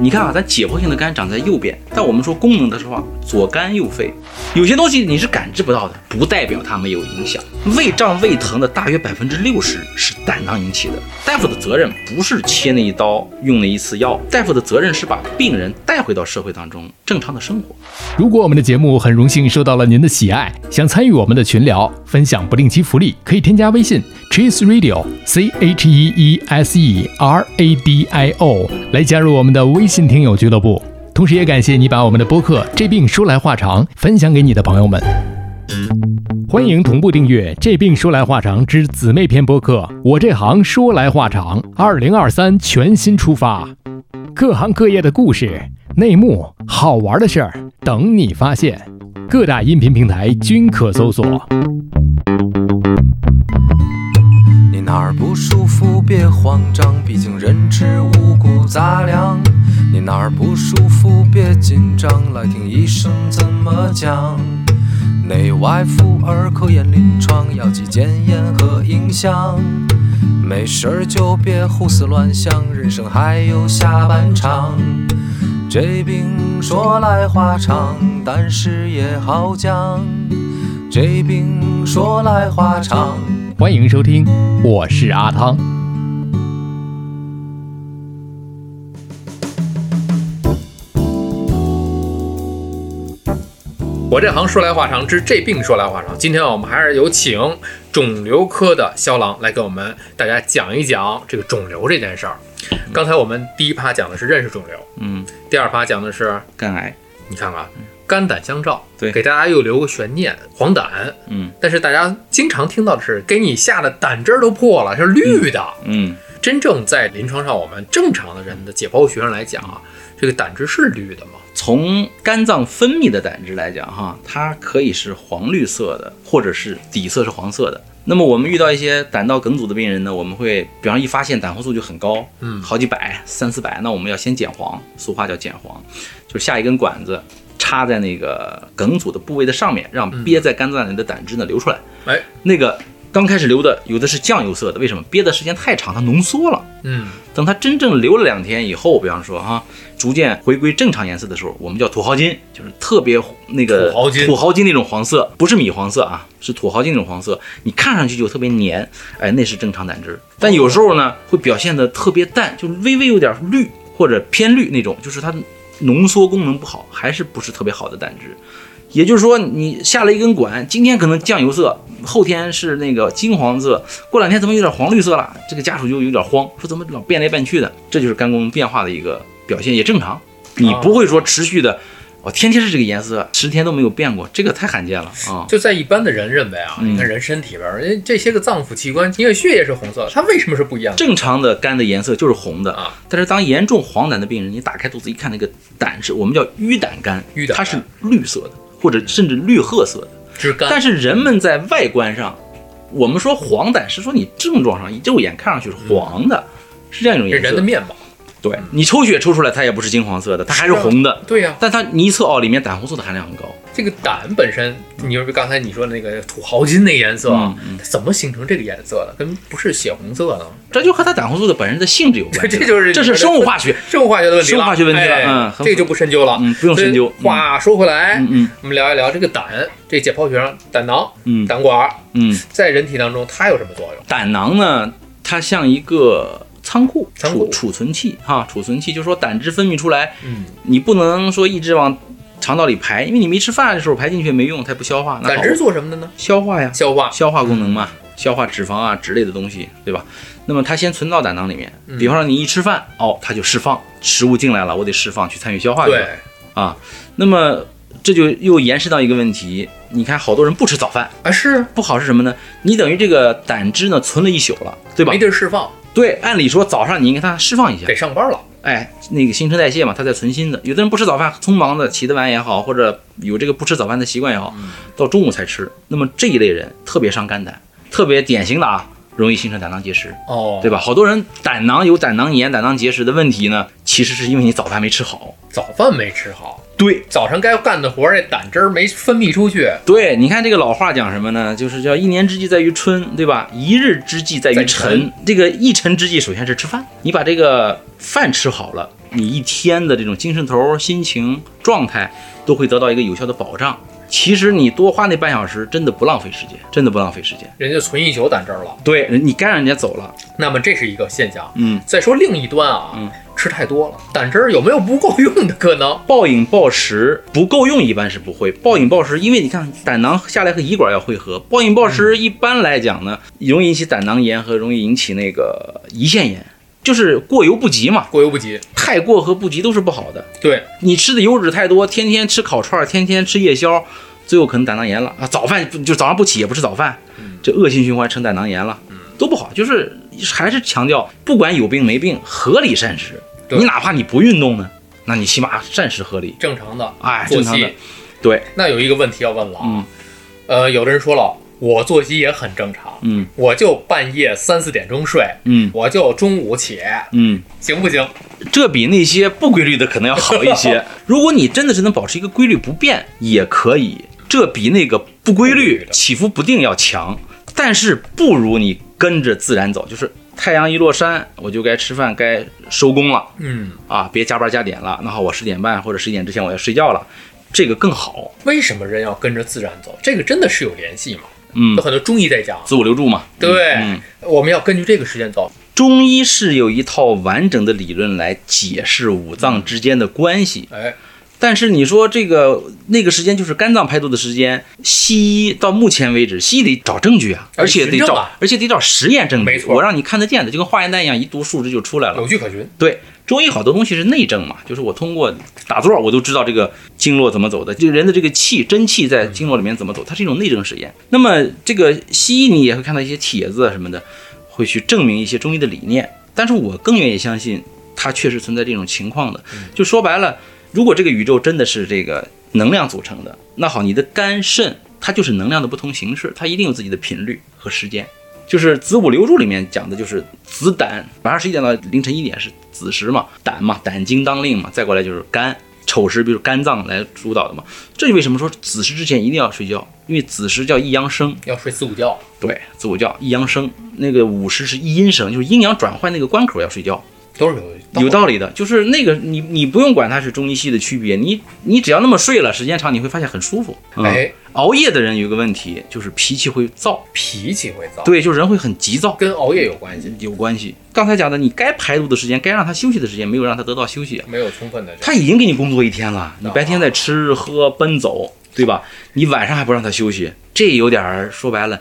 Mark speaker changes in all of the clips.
Speaker 1: 你看啊，咱解剖性的肝长在右边，但我们说功能的话，左肝右肺，有些东西你是感知不到的，不代表它没有影响。胃胀、胃疼的大约百分之六十是胆囊引起的。大夫的责任不是切那一刀、用那一次药，大夫的责任是把病人带回到社会当中，正常的生活。
Speaker 2: 如果我们的节目很荣幸受到了您的喜爱，想参与我们的群聊，分享不定期福利，可以添加微信 Cheese Radio C H E E S E R A D I O 来加入我们的微信听友俱乐部。同时也感谢你把我们的播客《这病说来话长》分享给你的朋友们。欢迎同步订阅《这病说来话长之姊妹篇》播客，《我这行说来话长》，二零二三全新出发，各行各业的故事、内幕、好玩的事儿等你发现。各大音频平台均可搜索。
Speaker 3: 你哪儿不舒服别慌张，毕竟人吃五谷杂粮。你哪儿不舒服别紧张，来听医生怎么讲。内外妇儿科眼临床，药剂检验和影像。没事儿就别胡思乱想，人生还有下半场。这病说来话长，但是也好讲。这病说来话长。
Speaker 2: 欢迎收听，我是阿汤。
Speaker 4: 我这行说来话长之这病说来话长，今天我们还是有请肿瘤科的肖郎来给我们大家讲一讲这个肿瘤这件事儿。刚才我们第一趴讲的是认识肿瘤，
Speaker 1: 嗯，
Speaker 4: 第二趴讲的是
Speaker 1: 肝癌，
Speaker 4: 你看看啊肝胆相照，
Speaker 1: 对
Speaker 4: 给大家又留个悬念，黄疸。
Speaker 1: 嗯
Speaker 4: 但是大家经常听到的是，给你吓得胆汁儿都破了，是绿的。
Speaker 1: 嗯，
Speaker 4: 真正在临床上，我们正常的人的解剖学上来讲啊，这个胆汁是绿的吗？
Speaker 1: 从肝脏分泌的胆汁来讲，哈，它可以是黄绿色的，或者是底色是黄色的。那么我们遇到一些胆道梗阻的病人呢，我们会，比方一发现胆红素就很高，
Speaker 4: 嗯
Speaker 1: 好几百、三四百，那我们要先减黄，俗话叫减黄，就是下一根管子插在那个梗阻的部位的上面，让憋在肝脏里的胆汁呢流出来。
Speaker 4: 哎，
Speaker 1: 那个刚开始流的有的是酱油色的，为什么？憋的时间太长，它浓缩了。
Speaker 4: 嗯，
Speaker 1: 等它真正流了两天以后，比方说哈、逐渐回归正常颜色的时候，我们叫土豪金，就是特别那个
Speaker 4: 土豪金
Speaker 1: 土豪金那种黄色，不是米黄色啊，是土豪金那种黄色，你看上去就特别黏，哎，那是正常胆汁。但有时候呢，会表现的特别淡，就微微有点绿或者偏绿那种，就是它浓缩功能不好，还是不是特别好的胆汁。也就是说，你下了一根管，今天可能酱油色，后天是那个金黄色，过两天怎么有点黄绿色了？这个家属就有点慌，说怎么老变来变去的？这就是肝功能变化的一个表现，也正常。你不会说持续的，我、天天是这个颜色，十天都没有变过，这个太罕见了啊！
Speaker 4: 就在一般的人认为啊，
Speaker 1: 嗯
Speaker 4: 你看人身体里边，人哎这些个脏腑器官，因为血液是红色的，它为什么是不一样的？
Speaker 1: 正常的肝的颜色就是红的
Speaker 4: 啊，
Speaker 1: 但是当严重黄疸的病人，你打开肚子一看，那个胆是我们叫淤胆肝，
Speaker 4: 淤胆
Speaker 1: 它
Speaker 4: 肝
Speaker 1: 是绿色的，或者甚至绿褐色的。
Speaker 4: 之肝，
Speaker 1: 但是人们在外观上，我们说黄疸是说你症状上，你肉眼看上去是黄的，是这样一种
Speaker 4: 这
Speaker 1: 颜
Speaker 4: 嗯人的
Speaker 1: 色。
Speaker 4: 面貌。
Speaker 1: 对你抽血抽出来，它也不是金黄色的，它还是
Speaker 4: 是啊
Speaker 1: 红的。
Speaker 4: 对呀、
Speaker 1: 但它你一测哦，里面胆红素的含量很高。
Speaker 4: 这个胆本身，你就是刚才你说的那个土豪金那个颜色啊，
Speaker 1: 嗯
Speaker 4: 它怎么形成这个颜色的？跟不是血红 色呢？
Speaker 1: 这就和它胆红素的本身的性质有关系了。
Speaker 4: 这就是
Speaker 1: 这是生物化学。
Speaker 4: 生物化学的问题了，
Speaker 1: 生物化学问题了
Speaker 4: 哎
Speaker 1: 嗯很
Speaker 4: 这个就不深究了，
Speaker 1: 嗯不用深究
Speaker 4: 所以话说回来，
Speaker 1: 嗯嗯
Speaker 4: 我们聊一聊这个胆，这解剖学上胆囊、
Speaker 1: 嗯
Speaker 4: 胆管
Speaker 1: 嗯，
Speaker 4: 在人体当中它有什么作用？
Speaker 1: 胆囊呢，它像一个仓库
Speaker 4: 仓
Speaker 1: 储
Speaker 4: 库
Speaker 1: 储存器哈，储存器就是说胆汁分泌出来，
Speaker 4: 嗯，
Speaker 1: 你不能说一直往肠道里排，因为你没吃饭的时候排进去也没用，它也不消化。那
Speaker 4: 胆
Speaker 1: 好
Speaker 4: 汁做什么的呢？
Speaker 1: 消化呀，
Speaker 4: 消化。
Speaker 1: 消化功能嘛，
Speaker 4: 嗯
Speaker 1: 消化脂肪啊之类的东西，对吧？那么它先存到胆囊里面，
Speaker 4: 嗯
Speaker 1: 比方说你一吃饭，哦，它就释放食物进来了，我得释放去参与消化去了
Speaker 4: 对，
Speaker 1: 啊。那么这就又延伸到一个问题，你看好多人不吃早饭，
Speaker 4: 啊是
Speaker 1: 不好是什么呢？你等于这个胆汁呢存了一宿了，对吧
Speaker 4: 没？地儿释放，
Speaker 1: 对，按理说早上你应该它释放一下，
Speaker 4: 得上班了。
Speaker 1: 哎，那个新陈代谢嘛，它在存新的。有的人不吃早饭，匆忙的起得晚也好，或者有这个不吃早饭的习惯也好，到中午才吃。那么这一类人特别伤肝胆，特别典型的啊，容易形成胆囊结石，
Speaker 4: 哦
Speaker 1: 对吧？好多人胆囊有胆囊炎、胆囊结石的问题呢，其实是因为你早饭没吃好。
Speaker 4: 早饭没吃好，
Speaker 1: 对
Speaker 4: 早上该干的活儿，这胆汁儿没分泌出去，
Speaker 1: 对，你看这个老话讲什么呢？就是叫一年之计在于春，对吧？一日之计在于
Speaker 4: 在
Speaker 1: 晨
Speaker 4: 晨。
Speaker 1: 这个一晨之计，首先是吃饭，你把这个饭吃好了，你一天的这种精神头儿、心情、状态都会得到一个有效的保障。其实你多花那半小时，真的不浪费时间，真的不浪费时间。
Speaker 4: 人家存一宿在这儿了。
Speaker 1: 对，人你该让人家走了，
Speaker 4: 那么这是一个现象。
Speaker 1: 嗯，
Speaker 4: 再说另一端啊，
Speaker 1: 嗯
Speaker 4: 吃太多了，胆汁儿有没有不够用的可能？
Speaker 1: 暴饮暴食不够用一般是不会，暴饮暴食，因为你看胆囊下来和胰管要汇合，暴饮暴食一般来讲呢，容易引起胆囊炎和容易引起那个呃胰腺炎，就是过犹不及嘛，
Speaker 4: 过犹不及。
Speaker 1: 太过和不及都是不好的。
Speaker 4: 对，
Speaker 1: 你吃的油脂太多，天天吃烤串儿，天天吃夜宵，最后可能胆囊炎了啊！早饭就早上不起也不吃早饭，这恶性循环成胆囊炎了，都不好。就是还是强调，不管有病没病，合理膳食。
Speaker 4: 对
Speaker 1: 你哪怕你不运动呢，那你起码膳食合理，
Speaker 4: 正常的
Speaker 1: 哎，
Speaker 4: 作
Speaker 1: 正常的
Speaker 4: 息。。
Speaker 1: 对，
Speaker 4: 那有一个问题要问了啊，
Speaker 1: 嗯
Speaker 4: 呃，有的人说了，我作息也很正常，
Speaker 1: 嗯
Speaker 4: 我就半夜三四点钟睡，
Speaker 1: 嗯
Speaker 4: 我就中午起，
Speaker 1: 嗯，
Speaker 4: 行不行？
Speaker 1: 这比那些不规律的可能要好一 些。如果你真的是能保持一个规律不变，也可以，这比那个不规
Speaker 4: 不规律
Speaker 1: 律
Speaker 4: 的、
Speaker 1: 起伏不定要强，但是不如你跟着自然走，就是太阳一落山，我就该吃饭，该收工了
Speaker 4: 嗯，
Speaker 1: 啊，别加班加点了。那好，我十点半或者十一点之前我要睡觉了，这个更好。
Speaker 4: 为什么人要跟着自然走？这个真的是有联系吗？
Speaker 1: 嗯
Speaker 4: 有，很多中医在讲，
Speaker 1: 自我留住嘛。
Speaker 4: 对，
Speaker 1: 嗯
Speaker 4: 我们要根据这个时间走。
Speaker 1: 中医是有一套完整的理论来解释五脏之间的关系，
Speaker 4: 哎，
Speaker 1: 但是你说这个那个时间就是肝脏排毒的时间，西医到目前为止，西医得找证据啊，
Speaker 4: 哎
Speaker 1: 而且得
Speaker 4: 循证
Speaker 1: 找，
Speaker 4: 啊
Speaker 1: 而且得找实验证据，
Speaker 4: 没错
Speaker 1: 我让你看得见的，就跟化验单一样，一读数值就出来了。
Speaker 4: 有据可循。
Speaker 1: 对，中医好多东西是内证嘛，就是我通过打坐，我都知道这个经络怎么走的，这个人的这个气真气在经络里面怎么走，它是一种内证实验。那么这个西医你也会看到一些帖子啊什么的，会去证明一些中医的理念，但是我更愿意相信它确实存在这种情况的。就说白了，如果这个宇宙真的是这个能量组成的，那好，你的肝肾它就是能量的不同形式，它一定有自己的频率和时间。就是子午流注里面讲的就是子胆，晚上十一点到凌晨一点是子时嘛，胆嘛，胆经当令嘛，再过来就是肝，丑时比如肝脏来主导的嘛。这就为什么说子时之前一定要睡觉，因为子时叫一阳生，
Speaker 4: 要睡四午觉，
Speaker 1: 对，子午觉一阳生，那个午时是一阴生，就是阴阳转换那个关口要睡觉，
Speaker 4: 都是有理
Speaker 1: 有道理的。就是那个你你不用管它是中医西的区别，你你只要那么睡了，时间长你会发现很舒服。嗯
Speaker 4: 哎，
Speaker 1: 熬夜的人有一个问题就是脾气会燥，
Speaker 4: 脾气会燥，，
Speaker 1: 对，就是人会很急躁。
Speaker 4: 跟熬夜有关系，
Speaker 1: 有关系。刚才讲的，你该排毒的时间，该让他休息的时间，没有让他得到休息。啊
Speaker 4: 没有充分的这
Speaker 1: 他已经给你工作一天了，你白天在吃喝奔走，对吧？你晚上还不让他休息，这有点儿说白了，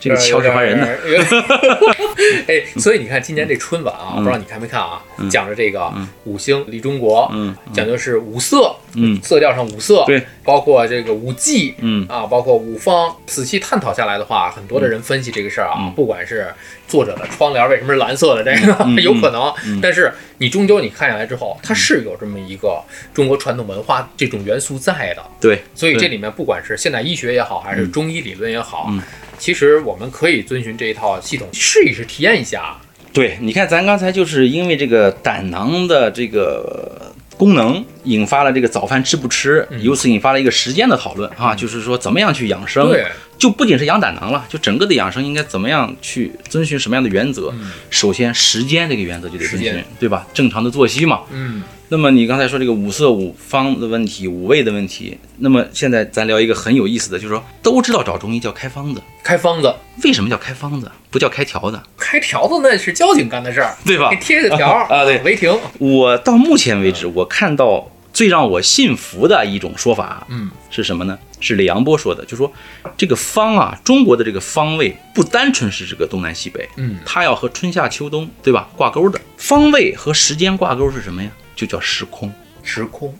Speaker 1: 这个
Speaker 4: 有
Speaker 1: 敲
Speaker 4: 点
Speaker 1: 什么人呢？
Speaker 4: 哎，所以你看今年这春晚
Speaker 1: 嗯
Speaker 4: 啊，不知道你看没看啊？讲着这个五星立中国，
Speaker 1: 嗯，
Speaker 4: 讲究是五色，
Speaker 1: 嗯
Speaker 4: 色调上五色，
Speaker 1: 对，
Speaker 4: 包括这个五季，
Speaker 1: 嗯
Speaker 4: 啊，包括五方，仔细探讨下来的话，很多的人分析这个事儿
Speaker 1: 嗯
Speaker 4: 啊，不管是作者的窗帘为什么是蓝色的，这个、
Speaker 1: 嗯
Speaker 4: 有可能，但是你终究你看下来之后，它是有这么一个中国传统文化这种元素在的，
Speaker 1: 对，
Speaker 4: 所以
Speaker 1: 对嗯
Speaker 4: 这里面不管是现代医学也好，还是中医理论也好，其实我们可以遵循这一套系统试一试，体验一下。
Speaker 1: 对，你看咱刚才就是因为这个胆囊的这个功能，引发了这个早饭吃不吃，
Speaker 4: 嗯
Speaker 1: 由此引发了一个时间的讨论啊，就是说怎么样去养生。
Speaker 4: 对，
Speaker 1: 就不仅是养胆囊了，就整个的养生应该怎么样去遵循什么样的原则？首先，时间这个原则就得遵
Speaker 4: 嗯时
Speaker 1: 循
Speaker 4: 间，
Speaker 1: 对吧？正常的作息嘛。
Speaker 4: 嗯，
Speaker 1: 那么你刚才说这个五色五方的问题，五味的问题，那么现在咱聊一个很有意思的，就是说都知道找中医叫开方子，
Speaker 4: 开方子，
Speaker 1: 为什么叫开方子，不叫开条子，
Speaker 4: 开条子那是交警干的事儿，
Speaker 1: 对吧
Speaker 4: 给？贴个条 儿
Speaker 1: 啊对
Speaker 4: 违停。
Speaker 1: 我到目前为止，我看到最让我信服的一种说法，
Speaker 4: 嗯，
Speaker 1: 是什么呢？是李阳波说的，就说这个方啊，中国的这个方位不单纯是这个东南西北，
Speaker 4: 嗯
Speaker 1: 它要和春夏秋冬，对吧？挂钩的方位和时间挂钩是什么呀？就叫时空。
Speaker 4: 时空，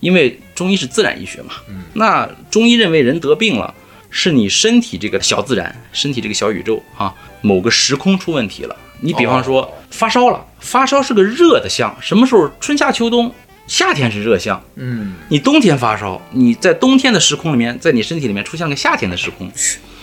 Speaker 1: 因为中医是自然医学嘛，
Speaker 4: 嗯
Speaker 1: 那中医认为人得病了，是你身体这个小自然，身体这个小宇宙啊，某个时空出问题了。你比方说、
Speaker 4: 哦
Speaker 1: 发烧了，发烧是个热的象，什么时候？春夏秋冬，夏天是热象，
Speaker 4: 嗯，
Speaker 1: 你冬天发烧，你在冬天的时空里面，在你身体里面出现了个夏天的时空，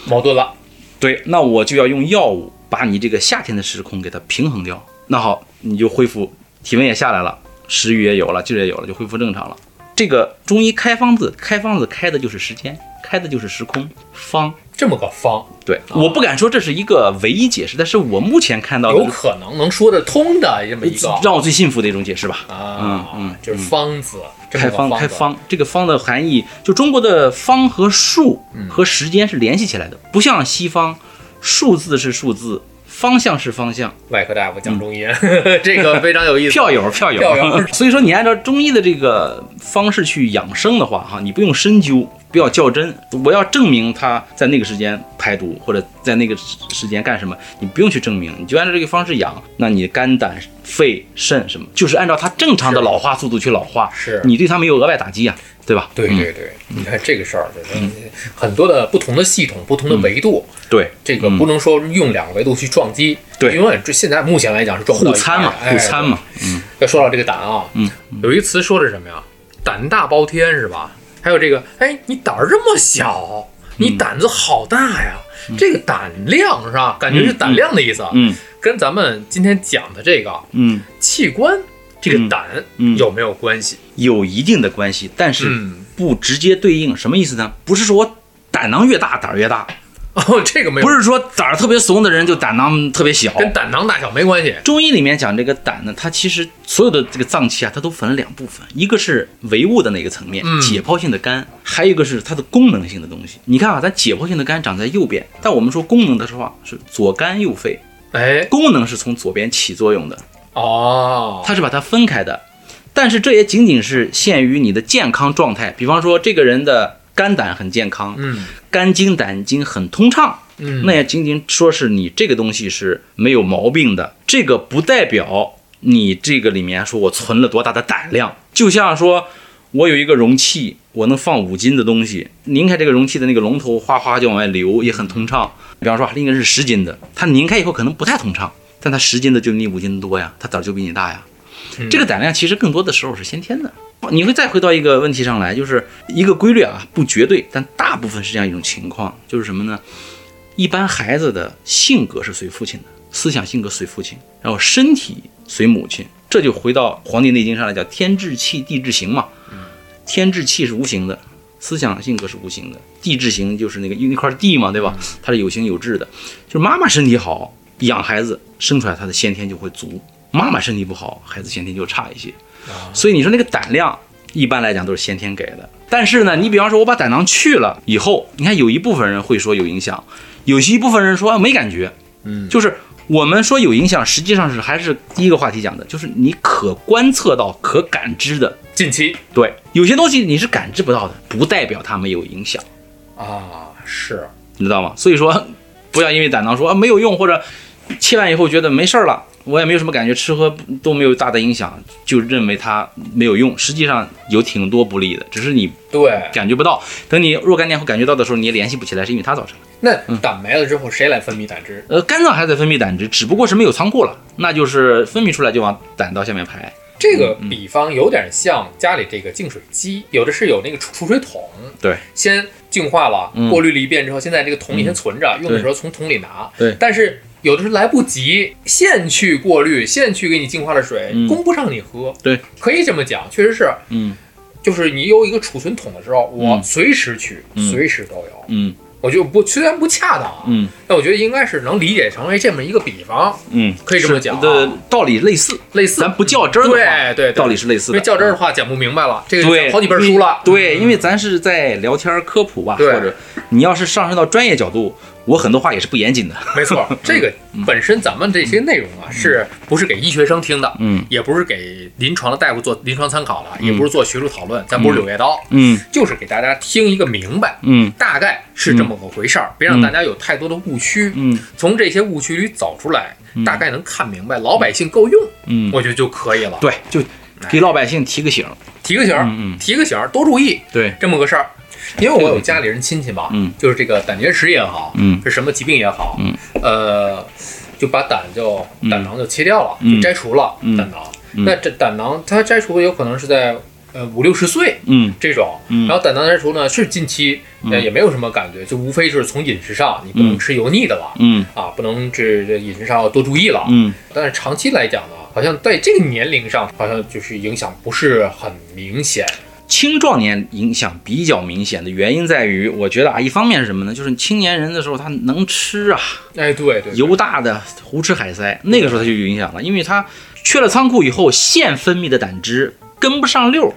Speaker 4: 矛盾了。
Speaker 1: 对，那我就要用药物把你这个夏天的时空给它平衡掉。那好，你就恢复体温也下来了，食欲也有了，劲儿也有了，就恢复正常了。这个中医开方子，开方子开的就是时间，开的就是时空方。
Speaker 4: 这么个方，
Speaker 1: 对，我不敢说这是一个唯一解释，但是我目前看到
Speaker 4: 有
Speaker 1: 的
Speaker 4: 可能能说得通的这么一个
Speaker 1: 让我最信服的一种解释吧。
Speaker 4: 啊，
Speaker 1: 嗯嗯
Speaker 4: 就是方子，这么
Speaker 1: 开
Speaker 4: 个
Speaker 1: 方
Speaker 4: 方
Speaker 1: 开
Speaker 4: 子，
Speaker 1: 方，这个方的含义，就中国的方和数
Speaker 4: 嗯
Speaker 1: 和时间是联系起来的，不像西方，数字是数字，方向是方向。
Speaker 4: 外科大夫讲中医， 这个非常有意
Speaker 1: 嗯
Speaker 4: 思，
Speaker 1: 票友，票友，
Speaker 4: 票友
Speaker 1: 所以说，你按照中医的这个方式去养生的话，哈，你不用深究，不要较真。我要证明他在那个时间排毒，或者在那个时时间干什么，你不用去证明，你就按照这个方式养。那你肝、胆、肺、肾什么，就是按照它正常的
Speaker 4: 是
Speaker 1: 老化速度去老化，
Speaker 4: 是
Speaker 1: 你对它没有额外打击啊，对吧？
Speaker 4: 对
Speaker 1: 嗯
Speaker 4: 对对，你看这个事儿，就是很多的不同的系统、不同的维度，
Speaker 1: 对，
Speaker 4: 这个不能说用两个维度去撞击，
Speaker 1: 嗯对
Speaker 4: 永远这现在目前来讲是撞不到
Speaker 1: 互
Speaker 4: 一块
Speaker 1: 参
Speaker 4: 儿
Speaker 1: 嘛，
Speaker 4: 哎
Speaker 1: 互参嘛，
Speaker 4: 要说到这个胆啊，
Speaker 1: 嗯，
Speaker 4: 有一词说的是什么呀？胆大包天是吧？还有这个，哎，你胆儿这么小，你
Speaker 1: 嗯
Speaker 4: 胆子好大呀！这个胆量是吧？感觉是胆量的意思，
Speaker 1: 嗯
Speaker 4: 跟咱们今天讲的这个
Speaker 1: 嗯，
Speaker 4: 器官这个胆
Speaker 1: 嗯
Speaker 4: 有没有关系？
Speaker 1: 有一定的关系，但是
Speaker 4: 嗯，
Speaker 1: 不直接对应，什么意思呢？不是说我胆囊越大胆儿越大。
Speaker 4: 哦，这个没有，
Speaker 1: 不是说胆儿特别怂的人就胆囊特别小。
Speaker 4: 跟胆囊大小没关系。
Speaker 1: 中医里面讲这个胆呢，它其实所有的这个脏器啊，它都分了两部分，一个是唯物的那个层面，
Speaker 4: 嗯
Speaker 1: 解剖性的肝，还有一个是它的功能性的东西。你看啊，咱解剖性的肝长在右边，但我们说功能的时候啊，是左肝右肺，
Speaker 4: 哎，
Speaker 1: 功能是从左边起作用的，
Speaker 4: 哦，
Speaker 1: 它是把它分开的。但是这也仅仅是限于你的健康状态，比方说这个人的肝胆很健康，
Speaker 4: 嗯
Speaker 1: 肝经胆经很通畅，
Speaker 4: 嗯，
Speaker 1: 那也仅仅说是你这个东西是没有毛病的，这个不代表你这个里面说我存了多大的胆量。就像说我有一个容器，我能放五斤的东西，拧开这个容器的那个龙头哗哗就往外流，也很通畅。比方说另一个是十斤的，它拧开以后可能不太通畅，但它十斤的就比你五斤多呀，它胆儿就比你大呀。
Speaker 4: 嗯
Speaker 1: 这个胆量其实更多的时候是先天的。你会再回到一个问题上来，就是一个规律啊，不绝对，但大部分是这样一种情况，就是什么呢？一般孩子的性格是随父亲的，思想性格随父亲，然后身体随母亲。这就回到《黄帝内经》上来叫天志气，地志行嘛。天志气是无形的，思想性格是无形的，地志行就是那个一块地嘛，对吧？它是有形有质的。就是妈妈身体好，养孩子生出来他的先天就会足；妈妈身体不好，孩子先天就差一些。所以你说那个胆量，一般来讲都是先天给的。但是呢，你比方说我把胆囊去了以后，你看有一部分人会说有影响，有一部分人说啊没感觉，
Speaker 4: 嗯
Speaker 1: 就是我们说有影响，实际上是还是第一个话题讲的，就是你可观测到、可感知的。
Speaker 4: 近期
Speaker 1: 对，有些东西你是感知不到的，不代表它没有影响，
Speaker 4: 啊是，
Speaker 1: 你知道吗？所以说，不要因为胆囊说啊没有用，或者切完以后觉得没事儿了，我也没有什么感觉，吃喝都没有大的影响，就认为它没有用。实际上有挺多不利的，只是你
Speaker 4: 对。
Speaker 1: 感觉不到。等你若干年后感觉到的时候，你也联系不起来，是因为它造成的。
Speaker 4: 那胆没了之后，谁来分泌胆汁？
Speaker 1: 呃，肝脏还在分泌胆汁，只不过是没有仓库了，那就是分泌出来就往胆道下面排。
Speaker 4: 这个
Speaker 1: 嗯
Speaker 4: 比方有点像家里这个净水机，有的是有那个储储水桶，
Speaker 1: 对，
Speaker 4: 先净化了
Speaker 1: 嗯，
Speaker 4: 过滤了一遍之后，现在这个桶里先存着，用的时候从桶里拿。
Speaker 1: 对
Speaker 4: 但是有的是来不及，现去过滤，现去给你净化的水，
Speaker 1: 嗯
Speaker 4: 供不上你喝。
Speaker 1: 对，
Speaker 4: 可以这么讲，确实是，
Speaker 1: 嗯
Speaker 4: 就是你有一个储存桶的时候，我
Speaker 1: 嗯
Speaker 4: 随时取，
Speaker 1: 嗯
Speaker 4: 随时都有。
Speaker 1: 嗯
Speaker 4: 我觉得不，虽然不恰当啊，
Speaker 1: 嗯
Speaker 4: 但我觉得应该是能理解成为这么一个比方，
Speaker 1: 嗯，
Speaker 4: 可以这么讲啊
Speaker 1: 的道理类似，
Speaker 4: 类似
Speaker 1: 咱不较真儿的话，
Speaker 4: 对对对
Speaker 1: 道理是类似
Speaker 4: 因
Speaker 1: 的。嗯
Speaker 4: 为较真儿的话讲不明白了，这个
Speaker 1: 对，
Speaker 4: 讲好几本书了。嗯
Speaker 1: 对，因为咱是在聊天儿科普吧，或
Speaker 4: 对
Speaker 1: 者你要是上升到专业角度，我很多话也是不严谨的。
Speaker 4: 没错，
Speaker 1: 嗯
Speaker 4: 这个本身咱们这些内容啊，是不是给医学生听的？
Speaker 1: 嗯
Speaker 4: 也不是给临床的大夫做临床参考的，也不是做学术讨论，咱不是柳叶刀，
Speaker 1: 嗯
Speaker 4: 就是给大家听一个明白，
Speaker 1: 嗯
Speaker 4: 大概是这么个回事儿，别让大家有太多的误区。
Speaker 1: 嗯
Speaker 4: 从这些误区里走出来，大概能看明白，老百姓够用，
Speaker 1: 嗯，
Speaker 4: 我觉得就可以了。，
Speaker 1: 对，就给老百姓提个醒儿。
Speaker 4: 提个醒儿
Speaker 1: 嗯嗯，
Speaker 4: 提个醒儿，多注意
Speaker 1: 对，
Speaker 4: 这么个事儿。因为我有家里人亲戚嘛，
Speaker 1: 嗯
Speaker 4: 就是这个胆结石也好，
Speaker 1: 嗯
Speaker 4: 是什么疾病也好，
Speaker 1: 嗯
Speaker 4: 呃，就把胆就胆囊就切掉了，
Speaker 1: 嗯
Speaker 4: 就摘除了
Speaker 1: 嗯
Speaker 4: 胆囊。
Speaker 1: 嗯
Speaker 4: 那这胆囊它摘除有可能是在呃五六十岁
Speaker 1: 嗯
Speaker 4: 这种，
Speaker 1: 嗯
Speaker 4: 然后胆囊摘除呢是近期呃也没有什么感觉，就无非就是从饮食上你不能吃油腻的了。
Speaker 1: 嗯
Speaker 4: 啊，不能这这饮食上要多注意了。
Speaker 1: 嗯
Speaker 4: 但是长期来讲呢，好像在这个年龄上，好像就是影响不是很明显。
Speaker 1: 青壮年影响比较明显的原因在于，我觉得啊，一方面是什么呢？就是青年人的时候他能吃啊，
Speaker 4: 哎，对对，
Speaker 1: 油大的胡吃海塞，那个时候他就有影响了，因为他缺了仓库以后，腺分泌的胆汁跟不上溜儿，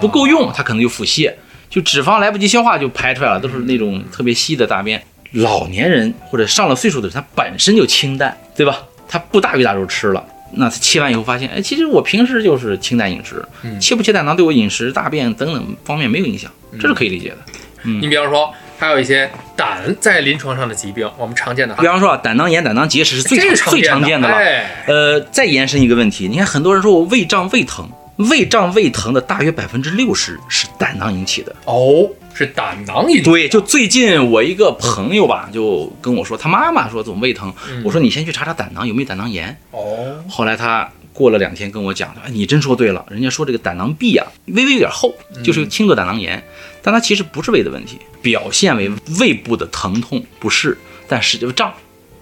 Speaker 1: 不够用，他可能就腹泻，就脂肪来不及消化就排出来了，都是那种特别稀的大便。老年人或者上了岁数的人，他本身就清淡，对吧？他不大鱼大肉吃了。那他切完以后发现，哎，其实我平时就是清淡饮食，切不切胆囊对我饮食、大便等等方面没有影响，这是可以理解的。
Speaker 4: 你比方说，还有一些胆在临床上的疾病，我们常见的，
Speaker 1: 比方说啊，胆囊炎、胆囊结石是最
Speaker 4: 哎这是
Speaker 1: 常最常见
Speaker 4: 见
Speaker 1: 的了。
Speaker 4: 哎，
Speaker 1: 呃，再延伸一个问题，你看很多人说我胃胀、胃疼，胃胀、胃疼的大约百分之六十是胆囊引起的。
Speaker 4: 哦，是胆囊引起，
Speaker 1: 对，就最近我一个朋友吧，就跟我说，他妈妈说怎么胃疼，我说你先去查查胆囊有没有胆囊炎。
Speaker 4: 哦，
Speaker 1: 后来他过了两天跟我讲，哎，你真说对了，人家说这个胆囊壁啊，微微有点厚，就是轻度胆囊炎，但它其实不是胃的问题，表现为胃部的疼痛不适，但实际就胀，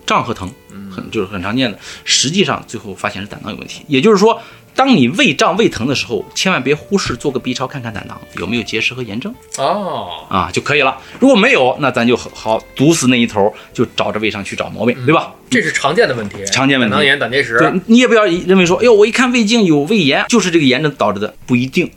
Speaker 1: 胀和疼，很就是很常见的。实际上最后发现是胆囊有问题，也就是说。当你胃胀、胃疼的时候，千万别忽视做个 B 超，看看胆囊有没有结石和炎症
Speaker 4: 哦，
Speaker 1: 啊就可以了。如果没有，那咱就好好堵死那一头，就找着胃上去找毛病，对吧？
Speaker 4: 这是常见的问题，
Speaker 1: 常见问题
Speaker 4: 胆囊炎、胆结石，
Speaker 1: 对你也不要认为说，哎呦，我一看胃镜有胃炎，就是这个炎症导致的，不一定。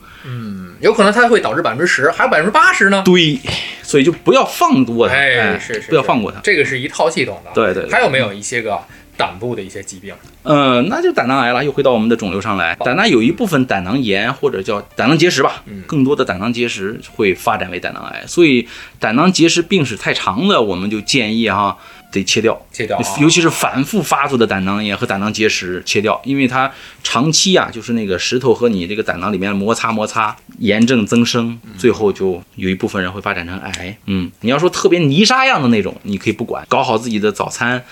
Speaker 4: 有可能它会导致百分之十，还有百分之八十呢。
Speaker 1: 对，所以就不要放过它，
Speaker 4: 哎，是是，是
Speaker 1: 不要放过它。
Speaker 4: 这个是一套系统的。
Speaker 1: 对对对
Speaker 4: 还有没有一些个胆部的一些疾病？
Speaker 1: 嗯、那就胆囊癌了，又回到我们的肿瘤上来。胆囊有一部分胆囊炎或者叫胆囊结石吧，
Speaker 4: 嗯
Speaker 1: 更多的胆囊结石会发展为胆囊癌，所以胆囊结石病史太长的，我们就建议哈得切掉。
Speaker 4: 切掉啊，
Speaker 1: 尤其是反复发作的胆囊炎和胆囊结石切掉，因为它长期啊，就是那个石头和你这个胆囊里面摩擦摩擦，炎症增生，最后就有一部分人会发展成癌。嗯，你要说特别泥沙样的那种，你可以不管，搞好自己的早餐，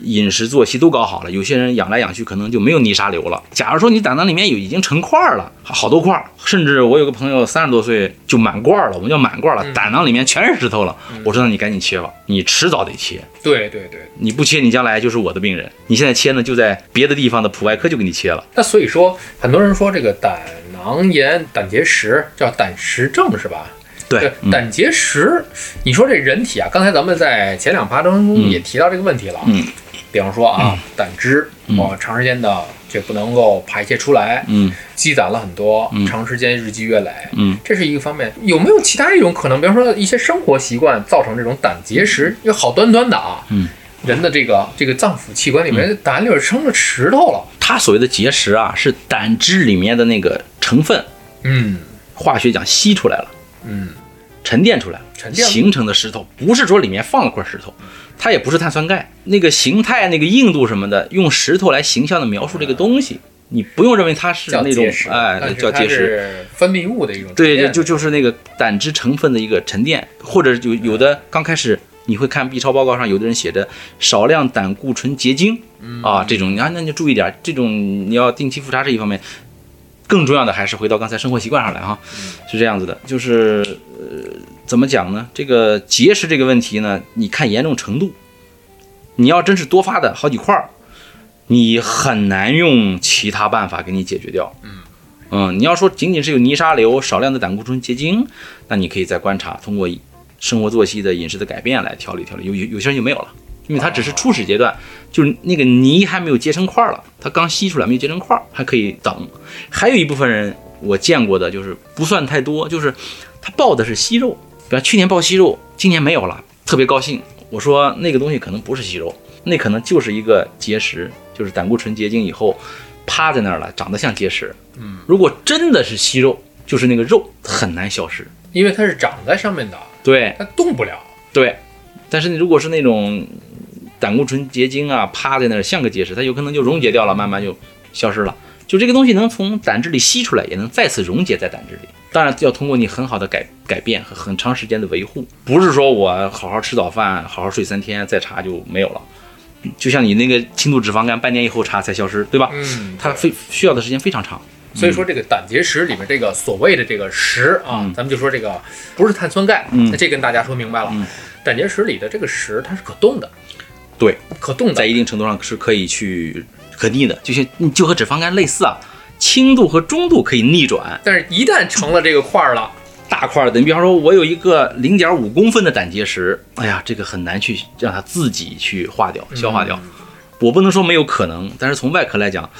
Speaker 1: 饮食作息都搞好了。有些人养来养去，可能就没有泥沙流了。假如说你胆囊里面有已经成块儿了，好好多块儿，甚至我有个朋友三十多岁就满罐儿了，我们叫满罐儿了，胆囊里面全是石头了。我说那你赶紧切吧，你迟早得切。
Speaker 4: 对对对。
Speaker 1: 你不切，你将来就是我的病人。你现在切呢，就在别的地方的普外科就给你切了。
Speaker 4: 那所以说，很多人说这个胆囊炎、胆结石叫胆石症是吧？这
Speaker 1: 对嗯
Speaker 4: 个， 胆结石，你说这人体啊，刚才咱们在前两趴当中也提到这个问题了。啊
Speaker 1: 嗯，
Speaker 4: 比方说啊，胆汁我长时间的这不能够排泄出来，
Speaker 1: 嗯，
Speaker 4: 积攒了很多，长时间日积月累，
Speaker 1: 嗯，
Speaker 4: 这是一个方面。有没有其他一种可能？比方说一些生活习惯造成这种胆结石，因为好端端的啊，
Speaker 1: 嗯。
Speaker 4: 人的这个这个脏腑器官里面，胆里边生了石头了，
Speaker 1: 它所谓的结石啊，是胆汁里面的那个成分，
Speaker 4: 嗯，
Speaker 1: 化学讲析出来了，
Speaker 4: 嗯，
Speaker 1: 沉淀出来了，
Speaker 4: 沉淀了
Speaker 1: 形成的石头，不是说里面放了块石头，它也不是碳酸钙，那个形态、那个硬度什么的，用石头来形象的描述这个东西，你不用认为它是
Speaker 4: 叫
Speaker 1: 那种
Speaker 4: 结石，但
Speaker 1: 哎
Speaker 4: 是
Speaker 1: 嗯叫
Speaker 4: 它
Speaker 1: 结石，
Speaker 4: 是分泌物的一种沉
Speaker 1: 对，
Speaker 4: 淀
Speaker 1: 就就是那个胆汁成分的一个沉淀，或者有有
Speaker 4: 嗯
Speaker 1: 的刚开始你会看 B 超报告上，有的人写着少量胆固醇结晶、
Speaker 4: 嗯
Speaker 1: 啊，这种你啊那你就注意点儿，这种你要定期复查是一方面，更重要的还是回到刚才生活习惯上来哈，
Speaker 4: 嗯
Speaker 1: 是这样子的，就是呃怎么讲呢？这个结石这个问题呢，你看严重程度，你要真是多发的好几块儿，你很难用其他办法给你解决掉。嗯你要说仅仅是有泥沙流、少量的胆固醇结晶，那你可以再观察，通过生活作息的饮食的改变来调理调理。有有有些人就没有了，因为它只是初始阶段，就是那个泥还没有结成块儿了，它刚吸出来没有结成块儿，还可以等。还有一部分人我见过的就是不算太多，就是他报的是息肉，比方去年报息肉，今年没有了，特别高兴。我说那个东西可能不是息肉，那可能就是一个结石，就是胆固醇结晶以后趴在那儿了，长得像结石。嗯，如果真的是息肉，就是那个肉很难消失。
Speaker 4: 因为它是长在上面的，
Speaker 1: 对
Speaker 4: 它动不了。
Speaker 1: 对，但是如果是那种胆固醇结晶啊，趴在那儿像个结石，它有可能就溶解掉了，慢慢就消失了。就这个东西能从胆汁里吸出来，也能再次溶解在胆汁里。当然要通过你很好的改改变和很长时间的维护，不是说我好好吃早饭，好好睡三天再查就没有了。就像你那个轻度脂肪肝，半年以后查才消失，对吧？
Speaker 4: 嗯，
Speaker 1: 它非需要的时间非常长。
Speaker 4: 所以
Speaker 1: 嗯
Speaker 4: 说这个胆结石里面这个所谓的这个石啊，咱们就说这个不是碳酸钙，
Speaker 1: 嗯
Speaker 4: 那这跟大家说明白了，胆结石里的这个石它是可动的，
Speaker 1: 对，
Speaker 4: 可动
Speaker 1: 在
Speaker 4: 的。
Speaker 1: 一定程度上是可以去可逆的，就像就和脂肪肝类似啊。轻度和中度可以逆转。
Speaker 4: 但是一旦成了这个块儿了，
Speaker 1: 大块儿的，你比方说，我有一个零点五公分的胆结石，哎呀，这个很难去让它自己去化掉、消化
Speaker 4: 嗯
Speaker 1: 掉。我不能说没有可能，但是从外壳来讲，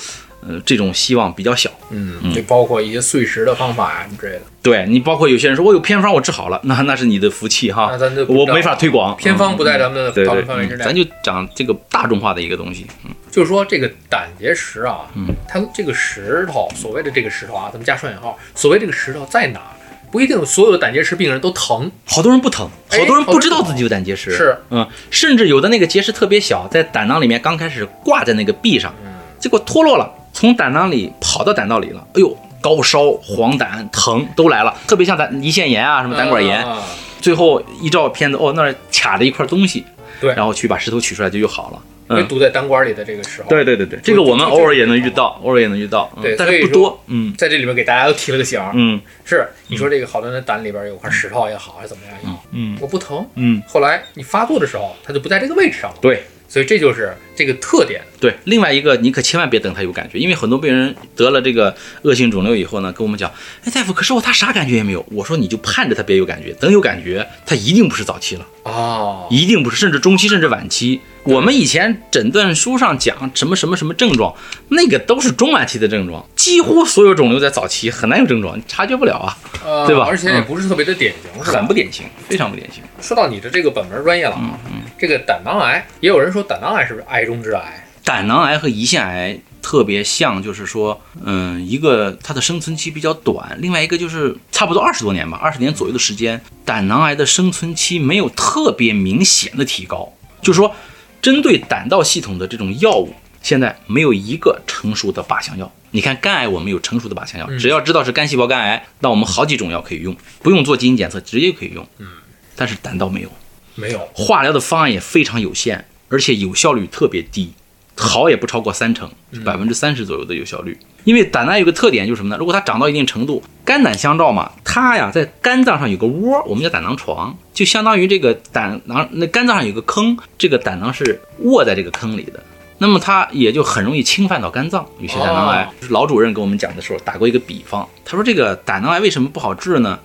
Speaker 1: 呃，这种希望比较小。
Speaker 4: 嗯，这包括一些碎石的方法呀、什么之类的。
Speaker 1: 对你，包括有些人说我有偏方，我治好了，那那是你的福气哈
Speaker 4: 那咱就，不知
Speaker 1: 啊我
Speaker 4: 道
Speaker 1: 没法推广
Speaker 4: 偏方不在咱们
Speaker 1: 嗯对
Speaker 4: 的讨
Speaker 1: 对
Speaker 4: 论范围之，内。
Speaker 1: 咱就讲这个大众化的一个东西。
Speaker 4: 就是说这个胆结石啊，
Speaker 1: 嗯
Speaker 4: 它这个石头，所谓的这个石头啊，咱们加双引号，所谓这个石头在哪儿？不一定所有的胆结石病人都疼，
Speaker 1: 好多人不疼，
Speaker 4: 哎
Speaker 1: 好多人不知道自己有胆结石，
Speaker 4: 是，
Speaker 1: 嗯，甚至有的那个结石特别小，在胆囊里面刚开始挂在那个壁上，
Speaker 4: 嗯
Speaker 1: 结果脱落了，从胆囊里跑到胆道里了，哎呦，高烧、黄疸、疼都来了，特别像胆胰腺炎啊，什么胆管炎，
Speaker 4: 啊
Speaker 1: 最后一照片子，哦，那儿卡着一块东西，
Speaker 4: 对
Speaker 1: 然后去把石头取出来就又好了，
Speaker 4: 会
Speaker 1: 嗯，
Speaker 4: 堵在胆管里的这个时候。，
Speaker 1: 对对对对，这个我们偶尔也能遇到，偶尔也能遇到，嗯
Speaker 4: 对
Speaker 1: 但
Speaker 4: 所
Speaker 1: 是
Speaker 4: 以
Speaker 1: 不
Speaker 4: 说
Speaker 1: 多，嗯
Speaker 4: 在这里面给大家都提了个醒儿，
Speaker 1: 嗯
Speaker 4: 是你说这个好多人的胆里边有块石头也好，还是怎么样也好，
Speaker 1: 嗯
Speaker 4: 我不疼。
Speaker 1: 嗯，
Speaker 4: 后来你发作的时候，它就不在这个位置上了，
Speaker 1: 对。
Speaker 4: 所以这就是这个特点。
Speaker 1: 对，另外一个你可千万别等他有感觉，因为很多病人得了这个恶性肿瘤以后呢，跟我们讲，哎，大夫，可是我他啥感觉也没有。我说你就盼着他别有感觉，等有感觉，他一定不是早期了，
Speaker 4: 哦，
Speaker 1: 一定不是，甚至中期，甚至晚期。我们以前诊断书上讲什么什么什么症状，那个都是中晚期的症状，几乎所有肿瘤在早期很难有症状，你察觉不了啊，
Speaker 4: 呃
Speaker 1: 对吧嗯
Speaker 4: 而且也不是特别的典型，是吧
Speaker 1: 很不典型，非常不典型。
Speaker 4: 说到你的这个本门专业了啊，
Speaker 1: 嗯
Speaker 4: 这个胆囊癌，也有人说胆囊癌是不是癌中之癌？
Speaker 1: 胆囊癌和胰腺癌特别像，就是说，嗯，一个它的生存期比较短，另外一个就是差不多二十多年吧，二十年左右的时间，胆囊癌的生存期没有特别明显的提高。就是说，针对胆道系统的这种药物，现在没有一个成熟的靶向药。你看肝癌，我们有成熟的靶向药，只要知道是肝细胞肝癌，那我们好几种药可以用，不用做基因检测，直接可以用。嗯，但是胆道没有。
Speaker 4: 没有，
Speaker 1: 化疗的方案也非常有限，而且有效率特别低，好也不超过三成，百分之三十左右的有效率。因为胆囊有个特点就是什么呢？如果它长到一定程度，肝胆相照嘛，它呀在肝脏上有个窝，我们叫胆囊床，就相当于这个胆囊那肝脏上有个坑，这个胆囊是卧在这个坑里的。那么它也就很容易侵犯到肝脏，有些胆囊癌。
Speaker 4: 哦
Speaker 1: 就是老主任跟我们讲的时候打过一个比方，他说这个胆囊癌为什么不好治呢？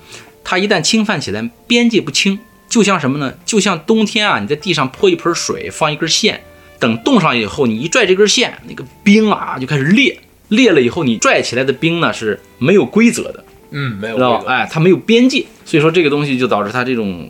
Speaker 1: 它一旦侵犯起来，边界不清，就像什么呢？就像冬天啊，你在地上泼一盆水，放一根线，等冻上以后，你一拽这根线，那个冰啊就开始裂，裂了以后，你拽起来的冰呢是没有规则的，
Speaker 4: 嗯，没有
Speaker 1: 知道
Speaker 4: 这
Speaker 1: 吧？
Speaker 4: 个。
Speaker 1: 哎，它没有边界，所以说这个东西就导致它这种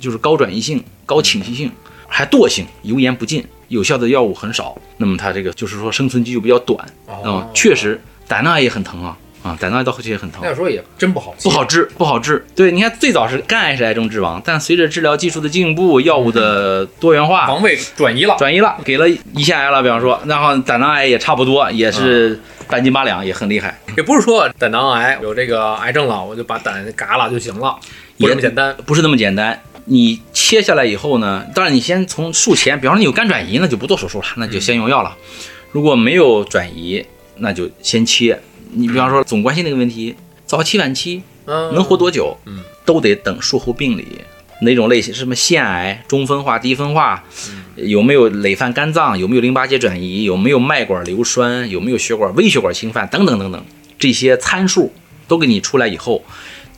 Speaker 1: 就是高转移性、高侵袭性，还惰性、油盐不进，有效的药物很少，那么它这个就是说生存期就比较短。
Speaker 4: 哦
Speaker 1: 嗯，确实胆囊癌也很疼啊，啊，胆囊癌到后期也很疼
Speaker 4: 那。要说也真不好记，
Speaker 1: 不好治，不好治。对，你看最早是肝癌是癌中之王，但随着治疗技术的进步，药物的多元化，
Speaker 4: 防卫转移了。
Speaker 1: 转移了，给了胰腺癌了，比方说，然后胆囊癌也差不多，也是半斤八两，也很厉害，
Speaker 4: 也不是说胆囊癌有这个癌症了，我就把胆嘎了就行了，不
Speaker 1: 也
Speaker 4: 这么简单。
Speaker 1: 不是那么简单。你切下来以后呢，当然你先从术前，比方说你有肝转移，那就不做手术了，那就先用药了。如果没有转移，那就先切。你比方说总关心那个问题，早期晚期
Speaker 4: 嗯，
Speaker 1: 能活多久，
Speaker 4: 嗯，
Speaker 1: 都得等术后病理。哪种类型？什么腺癌、中分化、低分化？有没有累犯肝脏？有没有淋巴结转移？有没有脉管瘤栓？有没有血管微血管侵犯？等等等等，这些参数都给你出来以后，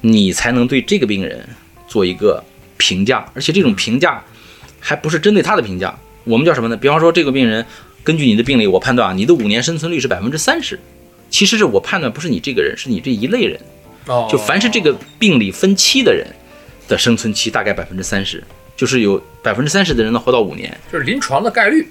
Speaker 1: 你才能对这个病人做一个评价。而且这种评价
Speaker 4: 嗯
Speaker 1: 还不是针对他的评价，我们叫什么呢？比方说这个病人，根据你的病例，我判断啊，你的五年生存率是百分之三十。其实是我判断不是你这个人，是你这一类人。
Speaker 4: 哦
Speaker 1: 就凡是这个病理分期的人的生存期大概百分之三十，就是有百分之三十的人能活到五年。
Speaker 4: 就是临床的概率，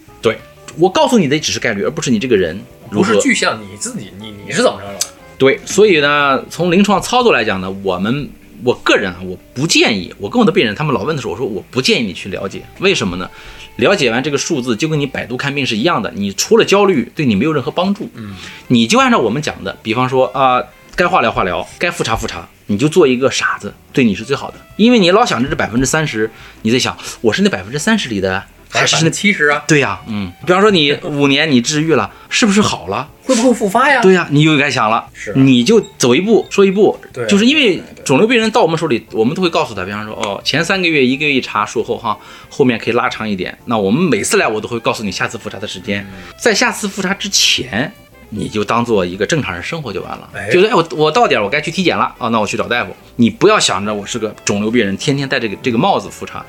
Speaker 1: 我告诉你的只是概率，而不是你这个人如
Speaker 4: 不
Speaker 1: 何
Speaker 4: 是具象你自己，你你是怎么着的？
Speaker 1: 对。所以呢，从临床操作来讲呢，我们我个人啊，我不建议。我跟我的病人他们老问的时候，我说我不建议你去了解，为什么呢？了解完这个数字，就跟你百度看病是一样的，你除了焦虑，对你没有任何帮助。嗯，你就按照我们讲的，比方说啊、该化疗化疗，该复查复查，你就做一个傻子，对你是最好的，因为你老想着这百分之三十，你在想我是那百分之三十里的，还是那？
Speaker 4: 七十啊？
Speaker 1: 对呀、嗯，比方说你五年你治愈了，是不是好了？
Speaker 4: 会不会复发呀？
Speaker 1: 对呀、你又该想了，
Speaker 4: 是啊
Speaker 1: 你就走一步说一步，
Speaker 4: 对
Speaker 1: 就是因为肿瘤病人到我们手里，我们都会告诉他，比方说哦，前三个月一个月一查术后哈，后面可以拉
Speaker 4: 嗯
Speaker 1: 长一点。那我们每次来我都会告诉你下次复查的时间，在下次复查之前，你就当做一个正常人生活就完了。
Speaker 4: 哎
Speaker 1: 就是哎，我我到点儿我该去体检了啊，那我去找大夫。你不要想着我是个肿瘤病人，天天戴这个这个帽子复查。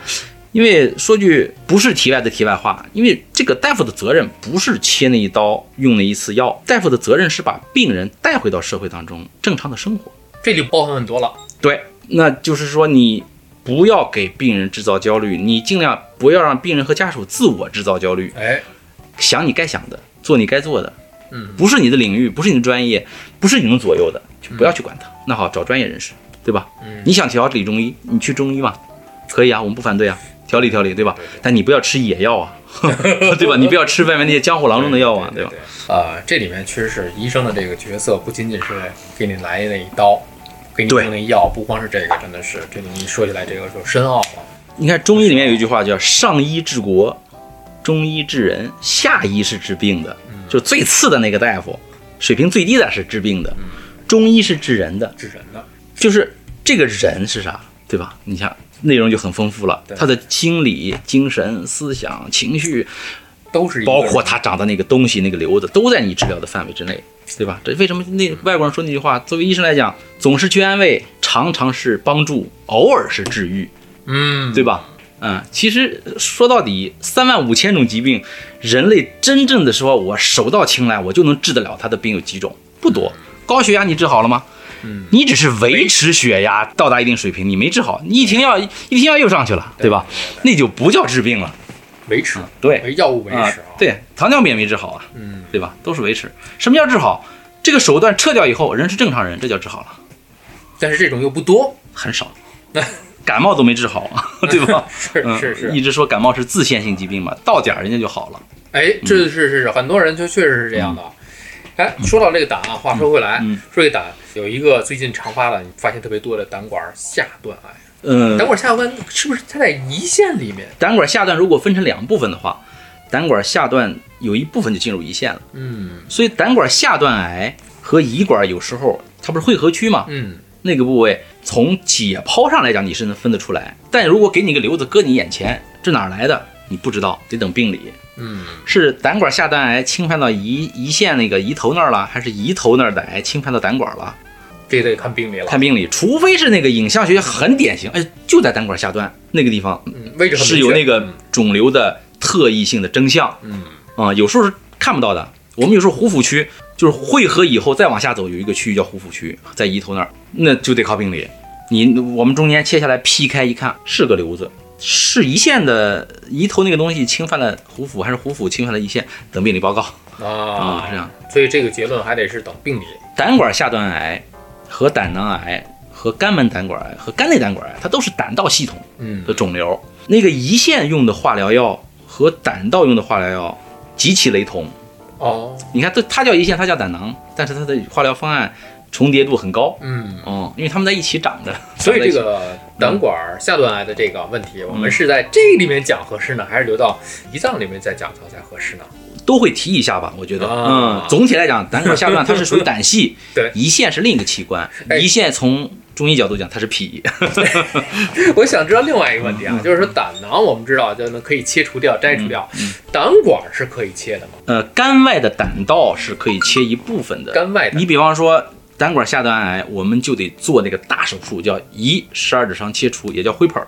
Speaker 1: 因为说句不是题外的题外话，因为这个大夫的责任不是切那一刀、用那一次药，大夫的责任是把病人带回到社会当中，正常的生活。
Speaker 4: 这就包含很多了。
Speaker 1: 对，那就是说你不要给病人制造焦虑，你尽量不要让病人和家属自我制造焦虑，
Speaker 4: 哎，
Speaker 1: 想你该想的，做你该做的。
Speaker 4: 嗯，
Speaker 1: 不是你的领域，不是你的专业，不是你能左右的，就不要去管它。那好，找专业人士，对吧？
Speaker 4: 嗯
Speaker 1: 你想调理中医，你去中医嘛，可以啊，我们不反对啊，调理调理，对吧？但你不要吃野药 啊，对吧？你不要吃外面那些江湖郎中的药啊，
Speaker 4: 对
Speaker 1: 吧？？
Speaker 4: 啊、这里面确实是医生的这个角色，不仅仅是给你来那一刀，给你
Speaker 1: 对
Speaker 4: 用那药，不光是这个，真的是这个你说起来这个就深奥了。
Speaker 1: 你看中医里面有一句话叫“上医治国，中医治人，下医是治病的”，
Speaker 4: 嗯
Speaker 1: 就最次的那个大夫，水平最低的是治病的，
Speaker 4: 嗯
Speaker 1: 中医是治人的，
Speaker 4: 治人的，
Speaker 1: 就是这个人是啥，对吧？你像内容就很丰富了
Speaker 4: 对，
Speaker 1: 他的心理、精神、思想、情绪，
Speaker 4: 都是一个
Speaker 1: 包括他长的那个东西、那个瘤子，都在你治疗的范围之内，对吧？这为什么那外国人说那句话？作为医生来讲，总是去安慰，常常是帮助，偶尔是治愈，
Speaker 4: 嗯，
Speaker 1: 对吧？嗯，其实说到底，三万五千种疾病，人类真正的说，我手到擒来，我就能治得了他的病有几种？不多。高血压你治好了吗？
Speaker 4: 嗯，
Speaker 1: 你只是维持血压到达一定水平，你没治好，你一停药，一停药又上去了，对吧？那就不叫治病了，
Speaker 4: 维持，
Speaker 1: 对，
Speaker 4: 药物维
Speaker 1: 啊
Speaker 4: 持啊，，
Speaker 1: 对，糖尿病也没治好啊，
Speaker 4: 嗯，
Speaker 1: 对吧？都是维持。什么叫治好？这个手段撤掉以后，人是正常人，这叫治好了，
Speaker 4: 但是这种又不多，
Speaker 1: 很少。感冒都没治好，对吧？
Speaker 4: 是
Speaker 1: 嗯
Speaker 4: 是是，
Speaker 1: 一直说感冒是自限性疾病嘛，到点儿人家就好了。
Speaker 4: 哎，这
Speaker 1: 嗯
Speaker 4: 是是是，很多人就确实是这样的。哎，说到这个胆啊，话说回来，
Speaker 1: 嗯
Speaker 4: 说这个胆有一个最近常发的，你发现特别多的胆管下段癌，
Speaker 1: 嗯
Speaker 4: 胆，管下段是不是它在胰腺里面？
Speaker 1: 胆管下段如果分成两部分的话，胆管下段有一部分就进入胰腺了，
Speaker 4: 嗯
Speaker 1: 所以胆管下段癌和胰管有时候它不是汇合区嘛，
Speaker 4: 嗯，
Speaker 1: 那个部位从解剖上来讲你是能分得出来，但如果给你个瘤子搁你眼前，这哪儿来的你不知道，得等病理。
Speaker 4: 嗯，
Speaker 1: 是胆管下段癌侵犯到胰胰腺那个胰头那儿了，还是胰头那儿的癌侵犯到胆管了？
Speaker 4: 这得看病理了
Speaker 1: 看。病理，除非是那个影像学很典型，哎，就在胆管下段那个地方，
Speaker 4: 嗯，位置很
Speaker 1: 是
Speaker 4: 明确
Speaker 1: 有那个
Speaker 4: 嗯
Speaker 1: 肿瘤的特异性的征象
Speaker 4: 嗯
Speaker 1: 啊、有时候是看不到的。我们有时候虎腹区就是汇合以后再往下走，有一个区域叫虎腹区，在胰头那儿，那就得靠病理。你我们中间切下来劈开一看，是个瘤子，是胰腺的胰头那个东西侵犯了虎腹，还是虎腹侵犯了胰腺？等病理报告啊、
Speaker 4: 啊
Speaker 1: 是这。样。
Speaker 4: 所以这个结论还得是等病理。
Speaker 1: 胆管下段癌和胆囊癌和肝门胆管癌和肝内胆管癌，它都是胆道系统。
Speaker 4: 嗯
Speaker 1: 的肿瘤。那个胰腺用的化疗药和胆道用的化疗药极其雷同。
Speaker 4: 哦，
Speaker 1: 你看，它它叫胰腺，它叫胆囊，但是它的化疗方案重叠度很高。
Speaker 4: 嗯，
Speaker 1: 嗯，因为它们在一起长 的，
Speaker 4: 所以这
Speaker 1: 长在一起
Speaker 4: 个胆管下段癌的这个问题，我们是在这里面讲合适呢，还是留到胰脏里面再讲才合适呢？
Speaker 1: 都会提一下吧。我觉得，
Speaker 4: 啊，
Speaker 1: 嗯，总体来讲，胆管下段它是属于胆系
Speaker 4: 对
Speaker 1: 胰腺是另一个器官，
Speaker 4: 哎
Speaker 1: 胰腺从中医角度讲它是脾，
Speaker 4: 我想知道另外一个问题啊，就是说胆囊我们知道就能可以切除掉、摘除掉，胆管是可以切的吗？
Speaker 1: 呃，肝外的胆道是可以切一部分的。
Speaker 4: 肝外的
Speaker 1: 你比方说胆管下段癌，我们就得做那个大手术，叫胰十二指肠切除，也叫灰盆儿。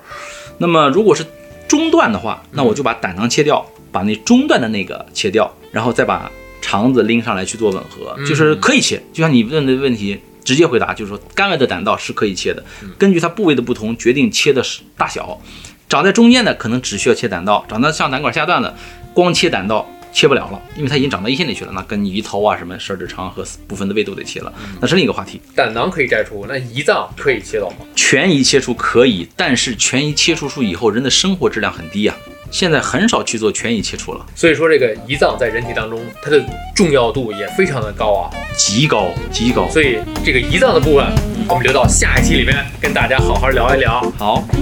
Speaker 1: 那么如果是中段的话，那我就把胆囊切掉，把那中段的那个切掉，然后再把肠子拎上来去做吻合，就是可以切。就像你问的问题。直接回答就是说，肝外的胆道是可以切的，根据它部位的不同决定切的是大小。长在中间的可能只需要切胆道，长到像胆管下段的，光切胆道切不了了，因为它已经长到胰腺里去了，那跟胰头啊什么十二指肠和部分的胃都得切了，
Speaker 4: 嗯
Speaker 1: 那是另一个话题。
Speaker 4: 胆囊可以摘除，那胰脏可以切掉吗？
Speaker 1: 全移切除可以，但是全移切除术以后，人的生活质量很低呀、啊现在很少去做全移切除了，
Speaker 4: 所以说这个胰脏在人体当中它的重要度也非常的高啊，
Speaker 1: 极高极高。
Speaker 4: 所以这个胰脏的部分我们留到下一期里面跟大家好好聊一聊。
Speaker 1: 好。
Speaker 5: 「